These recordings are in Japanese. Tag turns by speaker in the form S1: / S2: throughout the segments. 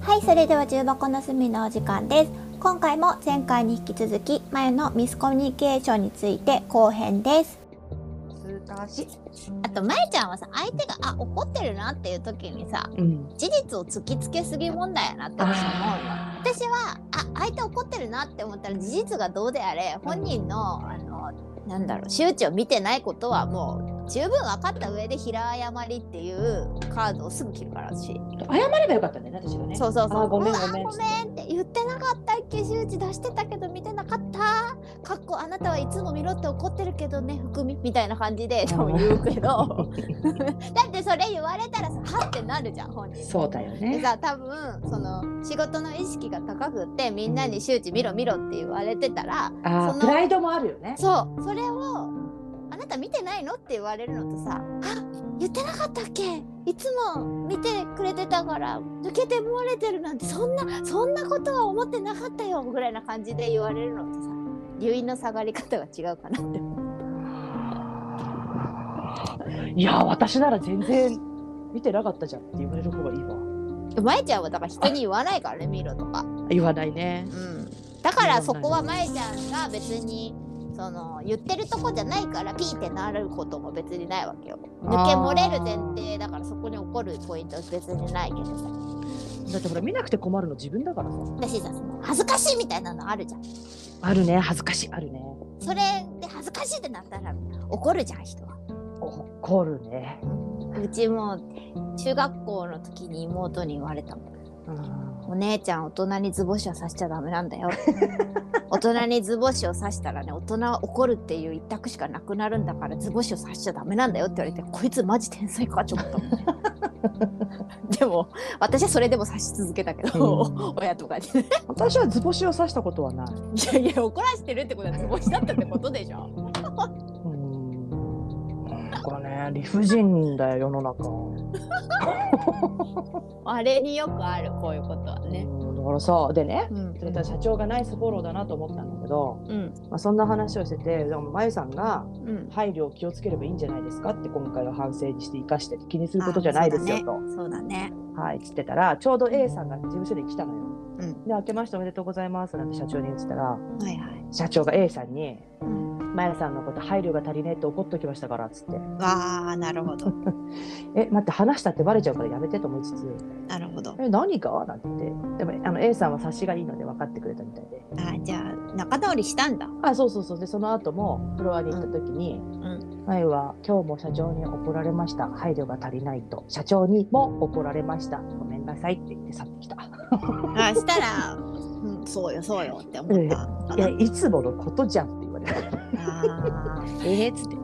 S1: はいそれでは重箱の隅のお時間です今回も前回に引き続きマユのミスコミュニケーションについて後編です
S2: 数たし。
S1: あとまゆちゃんはさ相手があ怒ってるなっていう時にさ
S2: うん。
S1: 事実を突きつけすぎ問題やなって私は思うよ
S2: あ
S1: 私はあ相手怒ってるなって思ったら事実がどうであれ本人のあのなんだろう周知を見てないことはもう十分分かった上で平謝りっていうカードをすぐ切るから私
S2: ー謝ればよかったんだよね、私がね。
S1: そうそうそう
S2: あーごめ
S1: う
S2: ん
S1: わ
S2: ごめん
S1: ごめんって言ってなかったっけ周知出してたけど見てなかったかっこあなたはいつも見ろって怒ってるけどね含みみたいな感じで多分言うけどだってそれ言われたらさはってなるじゃん本人
S2: そうだよ
S1: で
S2: ね。
S1: さ多分その仕事の意識が高くってみんなに周知見ろ見ろって言われてたら
S2: あ
S1: そ
S2: ー
S1: の
S2: プライドもあるよね。
S1: そうそれを「あなた見てないの?」って言われるのとさ「あ言ってなかったっけいつも見てくれてたから抜けて漏れてるなんてそんなそんなことは思ってなかったよ」ぐらいな感じで言われるのとさ留飲の下がり方が違うかな って思う
S2: いやー、私なら全然見てなかったじゃんって言われる方がいいわ。
S1: まえちゃんはだから人に言わないからね見ろとか。
S2: 言わないね。
S1: だからそこはまえちゃんが別にその言ってるとこじゃないからピーってなることも別にないわけよ抜け漏れる前提だからそこに起こるポイントは別にないけどさ
S2: だってほら見なくて困るの自分だからさ。
S1: だしさその恥ずかしいみたいなのあるじゃん
S2: あるね、恥ずかしい、あるね。
S1: それで恥ずかしいってなったら怒るじゃん人は
S2: 怒るね。
S1: うちも中学校の時に妹に言われたもん
S2: うん
S1: お姉ちゃん大人に図星は刺しちゃダメなんだよ大人に図星を刺したらね大人は怒るっていう一択しかなくなるんだから図星を刺しちゃダメなんだよって言われてこいつマジ天才かちょっとでも私はそれでも刺し続けたけど、親とかにね
S2: 私は図星を刺したことはない。
S1: いやいや怒らしてるってことは図星だったってことでしょ
S2: うーんなんかね、理不尽だよ、世の中。
S1: あれによくあるこういうことはね
S2: うんだからさ、でね、
S1: うん
S2: それから社長がナイスフォローだなと思ったんだけど、
S1: うん
S2: まあ、そんな話をしてて、でも、まゆさんが
S1: うん
S2: 配慮を気をつければいいんじゃないですかって、今回は反省にして生かして、気にすることじゃないですよ
S1: あ
S2: と、
S1: そうだね
S2: はい、言ってたら、ちょうど A さんが事務所に来たのよ。
S1: うん
S2: で、明けましておめでとうございますなんて社長に言ってたら、
S1: はいはい、
S2: 社長が A さんに、
S1: うん、
S2: まゆさんのこと配慮が足りねえって怒っときましたからっつって、
S1: わあなるほど
S2: え、待って、話したってバレちゃうからやめてと思いつつ、
S1: なるほど
S2: え何がなんて言ってでもあの A さんは察しがいいので分かってくれたみたいで
S1: あじゃあ仲直りしたんだ。
S2: あそうそうそうでその後もフロアに行った時に「前、は今日も社長に怒られました配慮が足りないと社長にも怒られましたごめんなさい」って言って去ってきた
S1: あしたら、うん、そうよそうよって思ったか
S2: い
S1: な。
S2: やいつものことじゃんって言われた
S1: あー
S2: えっつって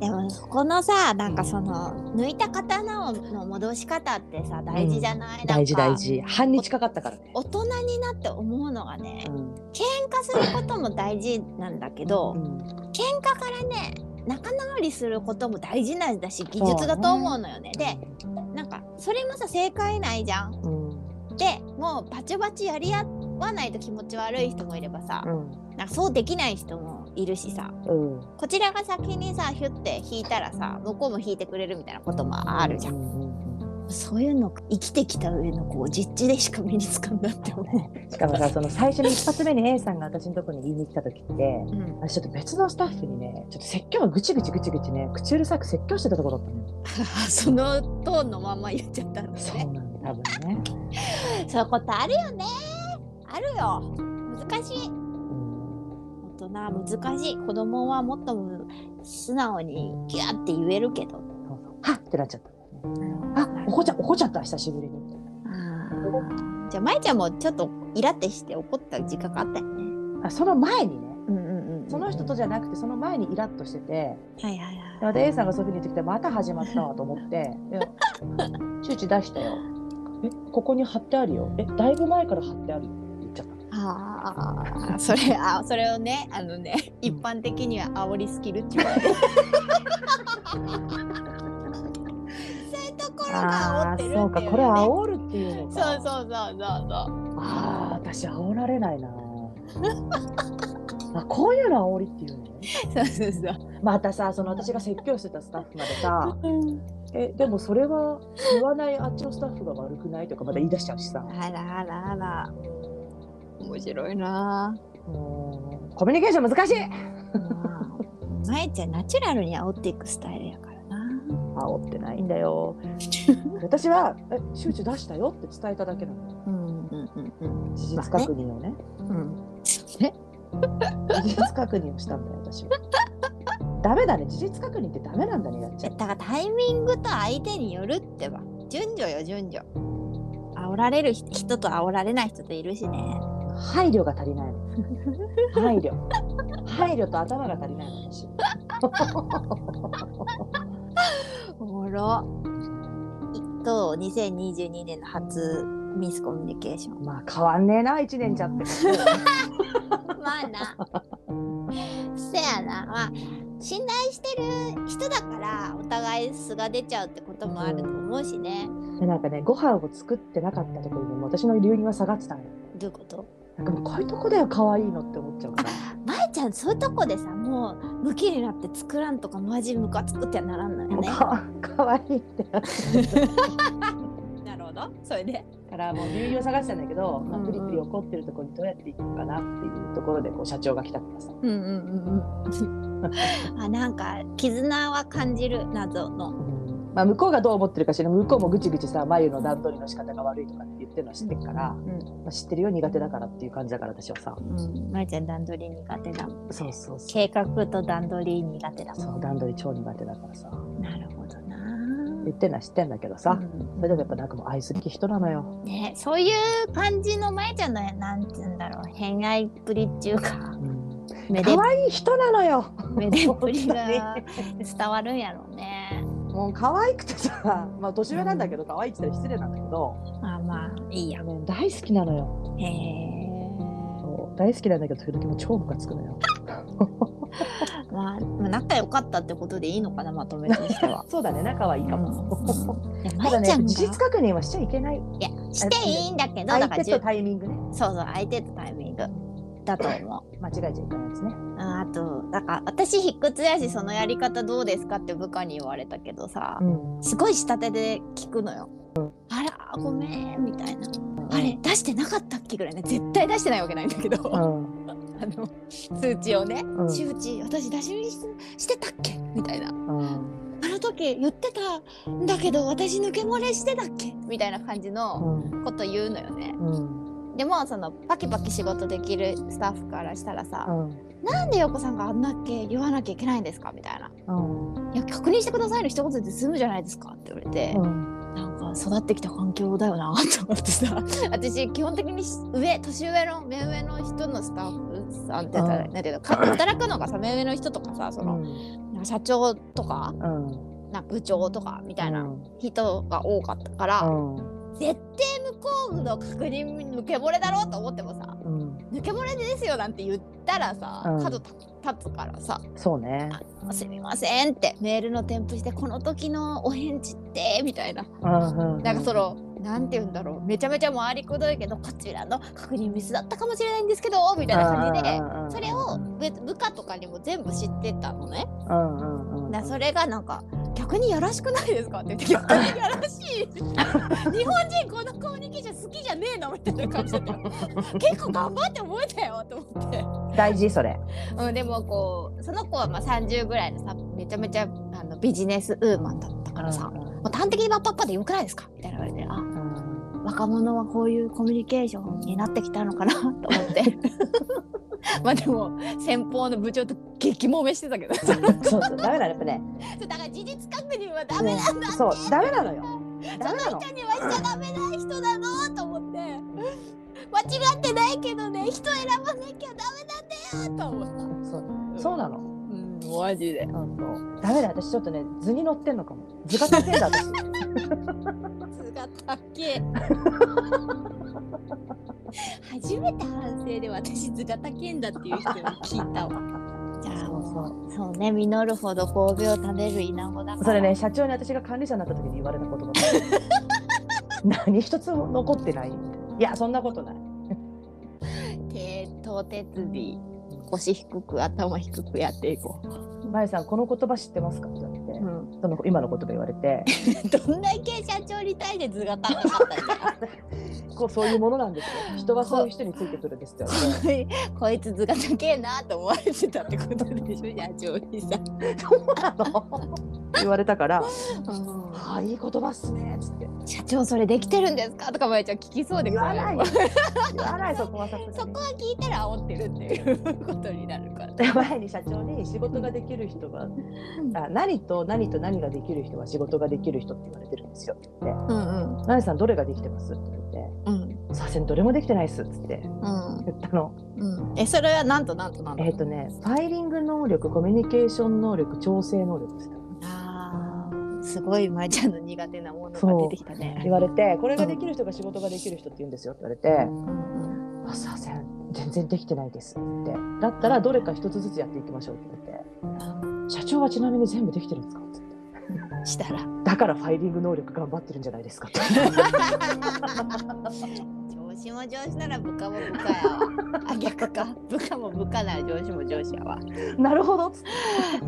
S1: でもそこのさなんかその抜いた刀をの戻し方ってさ大事じゃない、なんか
S2: 大事大事半日かかったからね、
S1: 大人になって思うのがね
S2: うん
S1: 喧嘩することも大事なんだけど
S2: うん
S1: 喧嘩からね仲直りすることも大事なんだし技術だと思うのよね。でなんかそれもさ正解ないじゃん。
S2: うん
S1: でもうバチバチやり合わないと気持ち悪い人もいればさ、
S2: うん
S1: なんかそうできない人もいるしさ
S2: うん
S1: こちらが先にさヒュッて引いたらさ向こうも引いてくれるみたいなこともあるじゃん、
S2: うんうんうん
S1: そういうの生きてきた上のこう実地でしか身につかんだって思
S2: しかもさその最初に一発目に A さんが私のとこに言いに来た時って
S1: う、うん、
S2: 私ちょっと別のスタッフにね、ちょっと説教がぐちぐちぐちぐちね、口うるさく説教してたところだったのよ。
S1: そのトーンのまま言っちゃったんだね
S2: うなんだ、多分ね。
S1: そういうことあるよねあるよ難しい大人は難しい子供はもっとむ素直にギューって言えるけど
S2: そうそうはっってなっちゃったんだよね。あ、怒っちゃ、怒っちゃった、久しぶりに。みたい
S1: あーじゃあ舞ちゃんもちょっとイラってして怒った時間があったよね
S2: なあ、その前にね、
S1: うんうんうん
S2: その人とじゃなくて、その前にイラッとしてて、
S1: はいはいはい
S2: でまた A さんがそういうふうに言ってきて、また始まったわと思って、で周知出したよ。え、ここに貼ってあるよ。え、だいぶ前から貼ってあるよ。って言っちゃった。
S1: ああ、それ、あ、それをね、あのね、一般的には煽りスキルって言われる。そういうところが煽
S2: あ
S1: っ
S2: あ
S1: てるっていう、ね。
S2: ー、そうか、これ煽るっていうの
S1: そうそ
S2: か。
S1: うそうそうそう。
S2: ああ、私煽られないな。 あ、こういうの煽りっていうのね。
S1: そうそうそう。
S2: またさ、その私が説教してたスタッフまでさ、えでもそれは言わないあっちのスタッフが悪くないとかまだ言い出しちゃうしさ
S1: あらあらあら。面白いなぁ。
S2: うーんコミュニケーション難しい
S1: まあまえちゃんナチュラルに煽っていくスタイルやからな。
S2: 煽ってないんだよ私は「え周知出したよ」って伝えただけなの
S1: うんうんうんうん
S2: 事実確認をね,、
S1: うん。ね。
S2: 事実確認をしたんだよ私ダメだね事実確認ってダメなんだねやっちゃ
S1: だからタイミングと相手によるってば順序よ順序煽られる人と煽られない人といるしね
S2: 配慮が足りないの配慮配慮と頭が足りないの私
S1: おもろ一等2022年の初ミスコミュニケーション
S2: まあ変わんねえな1年じゃって
S1: まあなせやなまあ信頼してる人だからお互い素が出ちゃうってこともあると思うしね、
S2: でなんかねご飯を作ってなかったところにもう私の流には下がってたのよ
S1: どういうこと
S2: なんかもうこういうとこだよ可愛いのって思っちゃうから
S1: まえちゃんそういうとこでさもうムキになって作らんとかマジムカつくってはならんのよ
S2: もう
S1: ね
S2: か可愛いってなって
S1: なるほどそれで
S2: からもう流入を探してたんだけど、まあ
S1: うんうん
S2: プリプリ怒ってるところにどうやって行くかなっていうところでこう社長が来たからさ
S1: うんうんうんうん。 あなんか絆は感じる謎の。
S2: まあ、向こうがどう思ってるか知らない向こうもぐちぐちさ眉の段取りの仕方が悪いとかって言ってるのは知ってるから、
S1: うん
S2: まあ、知ってるよ苦手だからっていう感じだから私はさ
S1: うん。まるちゃん段取り苦手だ。
S2: そうそうそう
S1: 計画と段取り苦手だも
S2: そう段取り超苦手だからさ
S1: ん。なるほどな。
S2: 言ってるのは知ってんだけどさ、
S1: うん
S2: それでもやっぱなんかもう愛すべき人なのよ、
S1: ねそういう感じのまえちゃんのなんて言うんだろう偏愛っぷりっていう か
S2: うん、
S1: めで
S2: 可愛い人なのよ
S1: めでっぷり が
S2: 本
S1: 伝わるんやろうね。
S2: もう可愛くてさまあ年上なんだけど可愛いって言ったら失礼なんだけど、
S1: まあまあいいや。へ
S2: ね大好きなのよ
S1: え。
S2: そう大好きなんだけど時々もう超ムカつくのよ。
S1: まあまあ仲良かったってことでいいのかなまとめとして は
S2: そうだね仲はいいかも、
S1: うんいや
S2: た
S1: ま
S2: だ
S1: えちゃ
S2: ね
S1: んが
S2: 事実確認はしちゃいけない
S1: いやしていいんだけどだ
S2: 相
S1: から
S2: 手
S1: じ
S2: と
S1: ゅ
S2: タイミングね
S1: そうそう相手とタイミングだと思う
S2: 間違えちゃいけないですね
S1: ああとなんか私卑屈やしそのやり方どうですかって部下に言われたけどさ
S2: うん
S1: すごい下手で聞くのよ、あらごめんみたいな、あれ出してなかったっけぐらいね絶対出してないわけないんだけど、
S2: う
S1: あ
S2: ん
S1: の通知をね、
S2: うん
S1: 周知私出し見ししてたっけみたいな
S2: うん
S1: あの時言ってたんだけど私抜け漏れしてたっけみたいな感じのこと言うのよね、
S2: うん
S1: でもそのパキパキ仕事できるスタッフからしたらさ、
S2: うん
S1: なんで横さんがあんなけ言わなきゃいけないんですかみたいな「
S2: うん
S1: いや確認してください」の一言で済むじゃないですかって言われて、
S2: うん
S1: なんか育ってきた環境だよなと思ってさ 私基本的に上年上の目上の人のスタッフさんって言ったら
S2: う
S1: なんていうのか働くのがさ目上の人とかさその、なんか社長とか
S2: うん
S1: なんか部長とかみたいうなん人が多かったから、絶対向こうの確認抜け漏れだろうと思ってもさ
S2: うん
S1: 抜け漏れですよなんて言ったらさ、
S2: うん
S1: 角立つからさ
S2: そうね
S1: 「すみません」ってメールの添付して「この時のお返事って」みたいな
S2: うん
S1: なんかそのなんて言うんだろうめちゃめちゃ回りくどいけどこちらの確認ミスだったかもしれないんですけどみたいな感じで。それをべ部下とかにも全部知ってたのね。
S2: うんうんうん
S1: だそれがなんか逆によろしくないですか って言って逆によろしい 日本人このコミュニケーション好きじゃねえのみたいな感じだった結構頑張って覚えたよと思って。
S2: 大事それ
S1: うん、でもこうその子はまあ30ぐらいのさめちゃめちゃあのビジネスウーマンだったからさ、もう端的にバッパッパでよくないですかみたいな言われてあ
S2: うん
S1: 若者はこういうコミュニケーションになってきたのかなと思って まあでも先方の部長と激揉めしてたけどそう
S2: そうそうダメだねやっぱね
S1: だから事実確認はダメなんだって、
S2: そうダメなのよダメな
S1: そ
S2: の
S1: の人にはしちゃダメな人だなと思って間違ってないけどね人選ばなきゃダメなんだよと思った。
S2: そうそうなの
S1: うん、マジで。
S2: うんそうダメだ私ちょっとね図に乗ってんのかも図が立てん だ私
S1: つがたけ。初めて反省で私図がたけんだっていう人を聞いたわ。じゃあもうそうね実るほど神戸を食べるイナゴだから。
S2: それね社長に私が管理者になった時に言われた言葉 何一つ残ってないいやそんなことない
S1: 手と手首腰低く頭低くやっていこう。
S2: まゆさんこの言葉知ってますかって言われて、
S1: うん、
S2: その今のことが言われて
S1: どんだけ社長に対して図が高かったんだ
S2: こうそういうものなんですよ人はそういう人についてくるんですよ、ね、
S1: こいつ図が高えなと思われてたってことでしょ社長にさ。
S2: そうなの 言われたから「
S1: は
S2: ああいい言葉っすね」っつって
S1: 社長それできてるんですかとかまゆちゃん聞きそうで
S2: 言
S1: 怖
S2: わない
S1: い
S2: よ言わないそこはさすがに
S1: そこは聞いたら煽ってるっていうことになるから。
S2: 前に社長に仕事ができる人はあ何と何と何ができる人は仕事ができる人って言われてるんですよって言って
S1: うん
S2: 「何さんどれができてます?」って言われ
S1: うんうん
S2: て「させんどれもできてないっす」っつって
S1: うん
S2: 言った の
S1: うん。えそれはなんとなんとなんと。
S2: えっ、とねファイリング能力コミュニケーション能力調整能力っつって
S1: あーすごいまゆちゃんの苦手なものが出てきたね。
S2: 言われて「これができる人が仕事ができる人って言うんですよ」って言われて
S1: うん
S2: 「あさせん全然できてないです」って「だったらどれか一つずつやっていきましょう」って言って
S1: うん
S2: 「社長はちなみに全部できてるんですか?」っつって。
S1: したら
S2: だからファイリング能力頑張ってるんじゃないですかって
S1: 上司も上司なら部下も部下やわ。 あ逆か部下も部下なら上司も上司やわ。
S2: なるほどっつって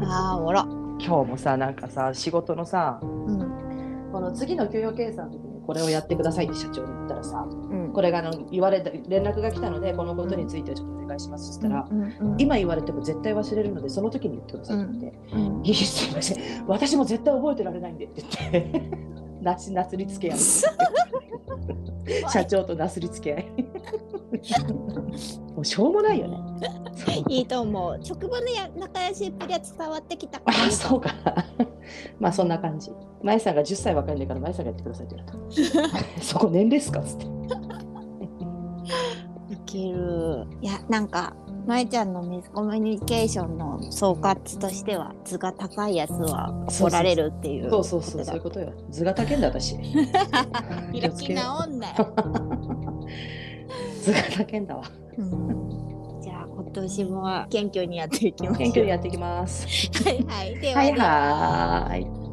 S1: あーおもろ。
S2: 今日もさなんかさ仕事のさ
S1: うん
S2: この次の給与計算の時にこれをやってくださいって社長に言ったらさ
S1: うん
S2: これがあの言われた連絡が来たのでこのことについてちょっとお願いしますそしたら、
S1: うんうんうん
S2: 今言われても絶対忘れるのでその時に言ってくださいって言って、
S1: うん
S2: いいすいません私も絶対覚えてられないんでって言って なすなすりつけ合い社長となすりつけ合い もうしょうもないよね
S1: いいと思う。職場のや仲良しっぷりは伝わってきたか
S2: あ
S1: ら。
S2: そうか なまあそんな感じまゆさんが10歳若いんだからまゆさんがやってくださいって言われ たそこ年齢っすかっつって
S1: いける。いや、なんか、まえちゃんのミスコミュニケーションの総括としては、図が高いやつは怒られるっていう。
S2: そうそうそうそういうことよ図が高いんだ私
S1: 開き直んなよ。
S2: 図が高いんだわ
S1: うんじゃあ、今年も謙虚にやっていきましょう。
S2: 謙虚にやっていきます
S1: はいはい。では
S2: は
S1: で
S2: い
S1: は
S2: はーい